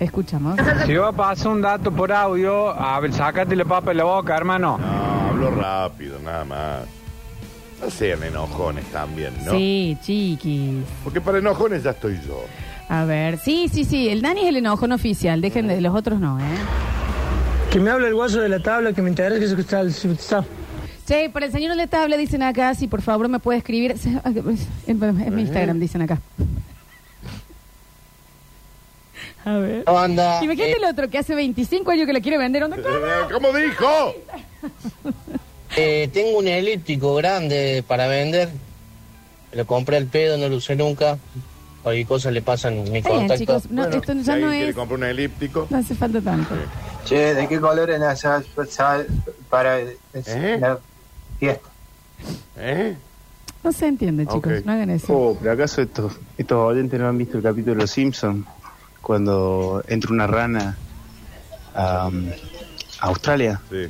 Speaker 2: Escuchamos.
Speaker 13: Si vos pasas un dato por audio, a ver, sácate la papa de la boca, hermano.
Speaker 1: No, hablo rápido, nada más. No sean enojones también, ¿no?
Speaker 2: Sí, chiquis.
Speaker 1: Porque para enojones ya estoy yo.
Speaker 2: A ver, sí, sí, sí, el Dani es el enojón oficial, dejen de los otros no, ¿eh?
Speaker 14: Que me hable el guaso de la tabla, que me interesa que se está el está.
Speaker 2: Che, para el señor de la tabla dicen acá, si por favor me puede escribir, es mi Instagram, dicen acá. A ver.
Speaker 1: Ah,
Speaker 8: Onda.
Speaker 2: Imagínate
Speaker 1: eh.
Speaker 2: el otro que hace 25 años que la quiere vender, ¿onda?
Speaker 1: ¿Cómo dijo?
Speaker 8: Eh, tengo un elíptico grande para vender. Lo compré al pedo, no lo usé nunca. Cualquier cosa le pasan mi
Speaker 2: Está bien,
Speaker 8: contacto.
Speaker 2: chicos, no, esto ya no es,
Speaker 1: comprar un elíptico.
Speaker 2: no hace falta tanto.
Speaker 15: Che, ¿de qué color es la sal- sal para es- la fiesta?
Speaker 1: ¿Eh?
Speaker 2: No se entiende, chicos, no hagan eso.
Speaker 10: Oh, pero acaso estos, estos oyentes no han visto el capítulo de Los Simpsons cuando entra una rana a, um, a Australia.
Speaker 1: Sí.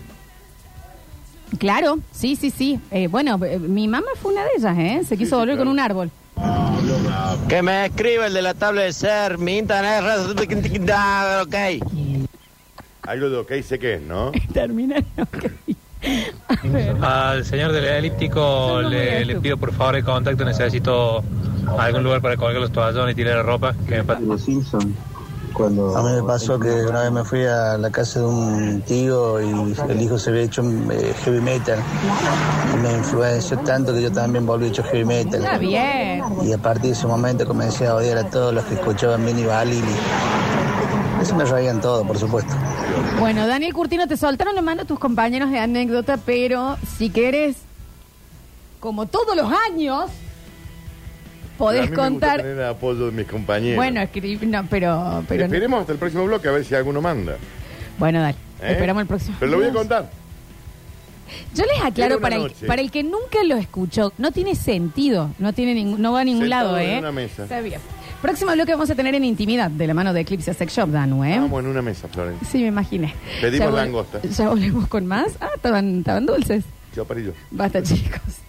Speaker 2: Claro, sí, sí, sí. Eh, bueno, eh, mi mamá fue una de ellas, ¿eh? Se quiso volver con un árbol.
Speaker 8: Que me escriba el de la tabla de ser, mi internet es ok.
Speaker 1: Algo de ok sé que es, ¿no?
Speaker 2: Termina.
Speaker 3: Al señor del elíptico le, le pido por favor el contacto, necesito algún lugar para colgar los toallones y tirar la ropa. Que me pa-
Speaker 16: Cuando
Speaker 3: A
Speaker 16: a
Speaker 3: mí
Speaker 16: mí me pasó que una vez me fui a la casa de un tío y el hijo se había hecho eh, heavy metal. Y me influenció tanto que yo también volví hecho heavy metal.
Speaker 2: Está bien.
Speaker 16: Y a partir de ese momento comencé a odiar a todos los que escuchaban Mini Balili. Eso me reían todo, por supuesto.
Speaker 2: Bueno, Daniel Curtino, te soltaron la mano tus compañeros de anécdota, pero si querés, como todos los años, podés
Speaker 1: Pero a mí me gusta
Speaker 2: contar.
Speaker 1: tener el apoyo de mis compañeros.
Speaker 2: Bueno, escribí, no, pero. pero no.
Speaker 1: Esperemos hasta el próximo bloque a ver si alguno manda.
Speaker 2: Bueno, dale.
Speaker 1: ¿Eh?
Speaker 2: Esperamos el próximo.
Speaker 1: Pero lo voy a
Speaker 2: Dios.
Speaker 1: contar.
Speaker 2: Yo les
Speaker 1: Quiero
Speaker 2: aclaro
Speaker 1: una
Speaker 2: para el,
Speaker 1: noche.
Speaker 2: para el que nunca lo escuchó, no tiene sentido, no tiene ningún- no va a ningún
Speaker 1: Sentado
Speaker 2: lado,
Speaker 1: en
Speaker 2: ¿eh?
Speaker 1: una mesa.
Speaker 2: Está bien. Próximo bloque vamos a tener en intimidad de la mano de Eclipse Sex Shop, Danu, ¿eh?
Speaker 1: Vamos en una mesa, Florencia.
Speaker 2: Sí, me imaginé.
Speaker 1: Pedimos
Speaker 2: vol-
Speaker 1: langosta.
Speaker 2: Ya volvemos con más. Ah, estaban, estaban dulces.
Speaker 1: Yo, Parillo.
Speaker 2: Basta, chicos.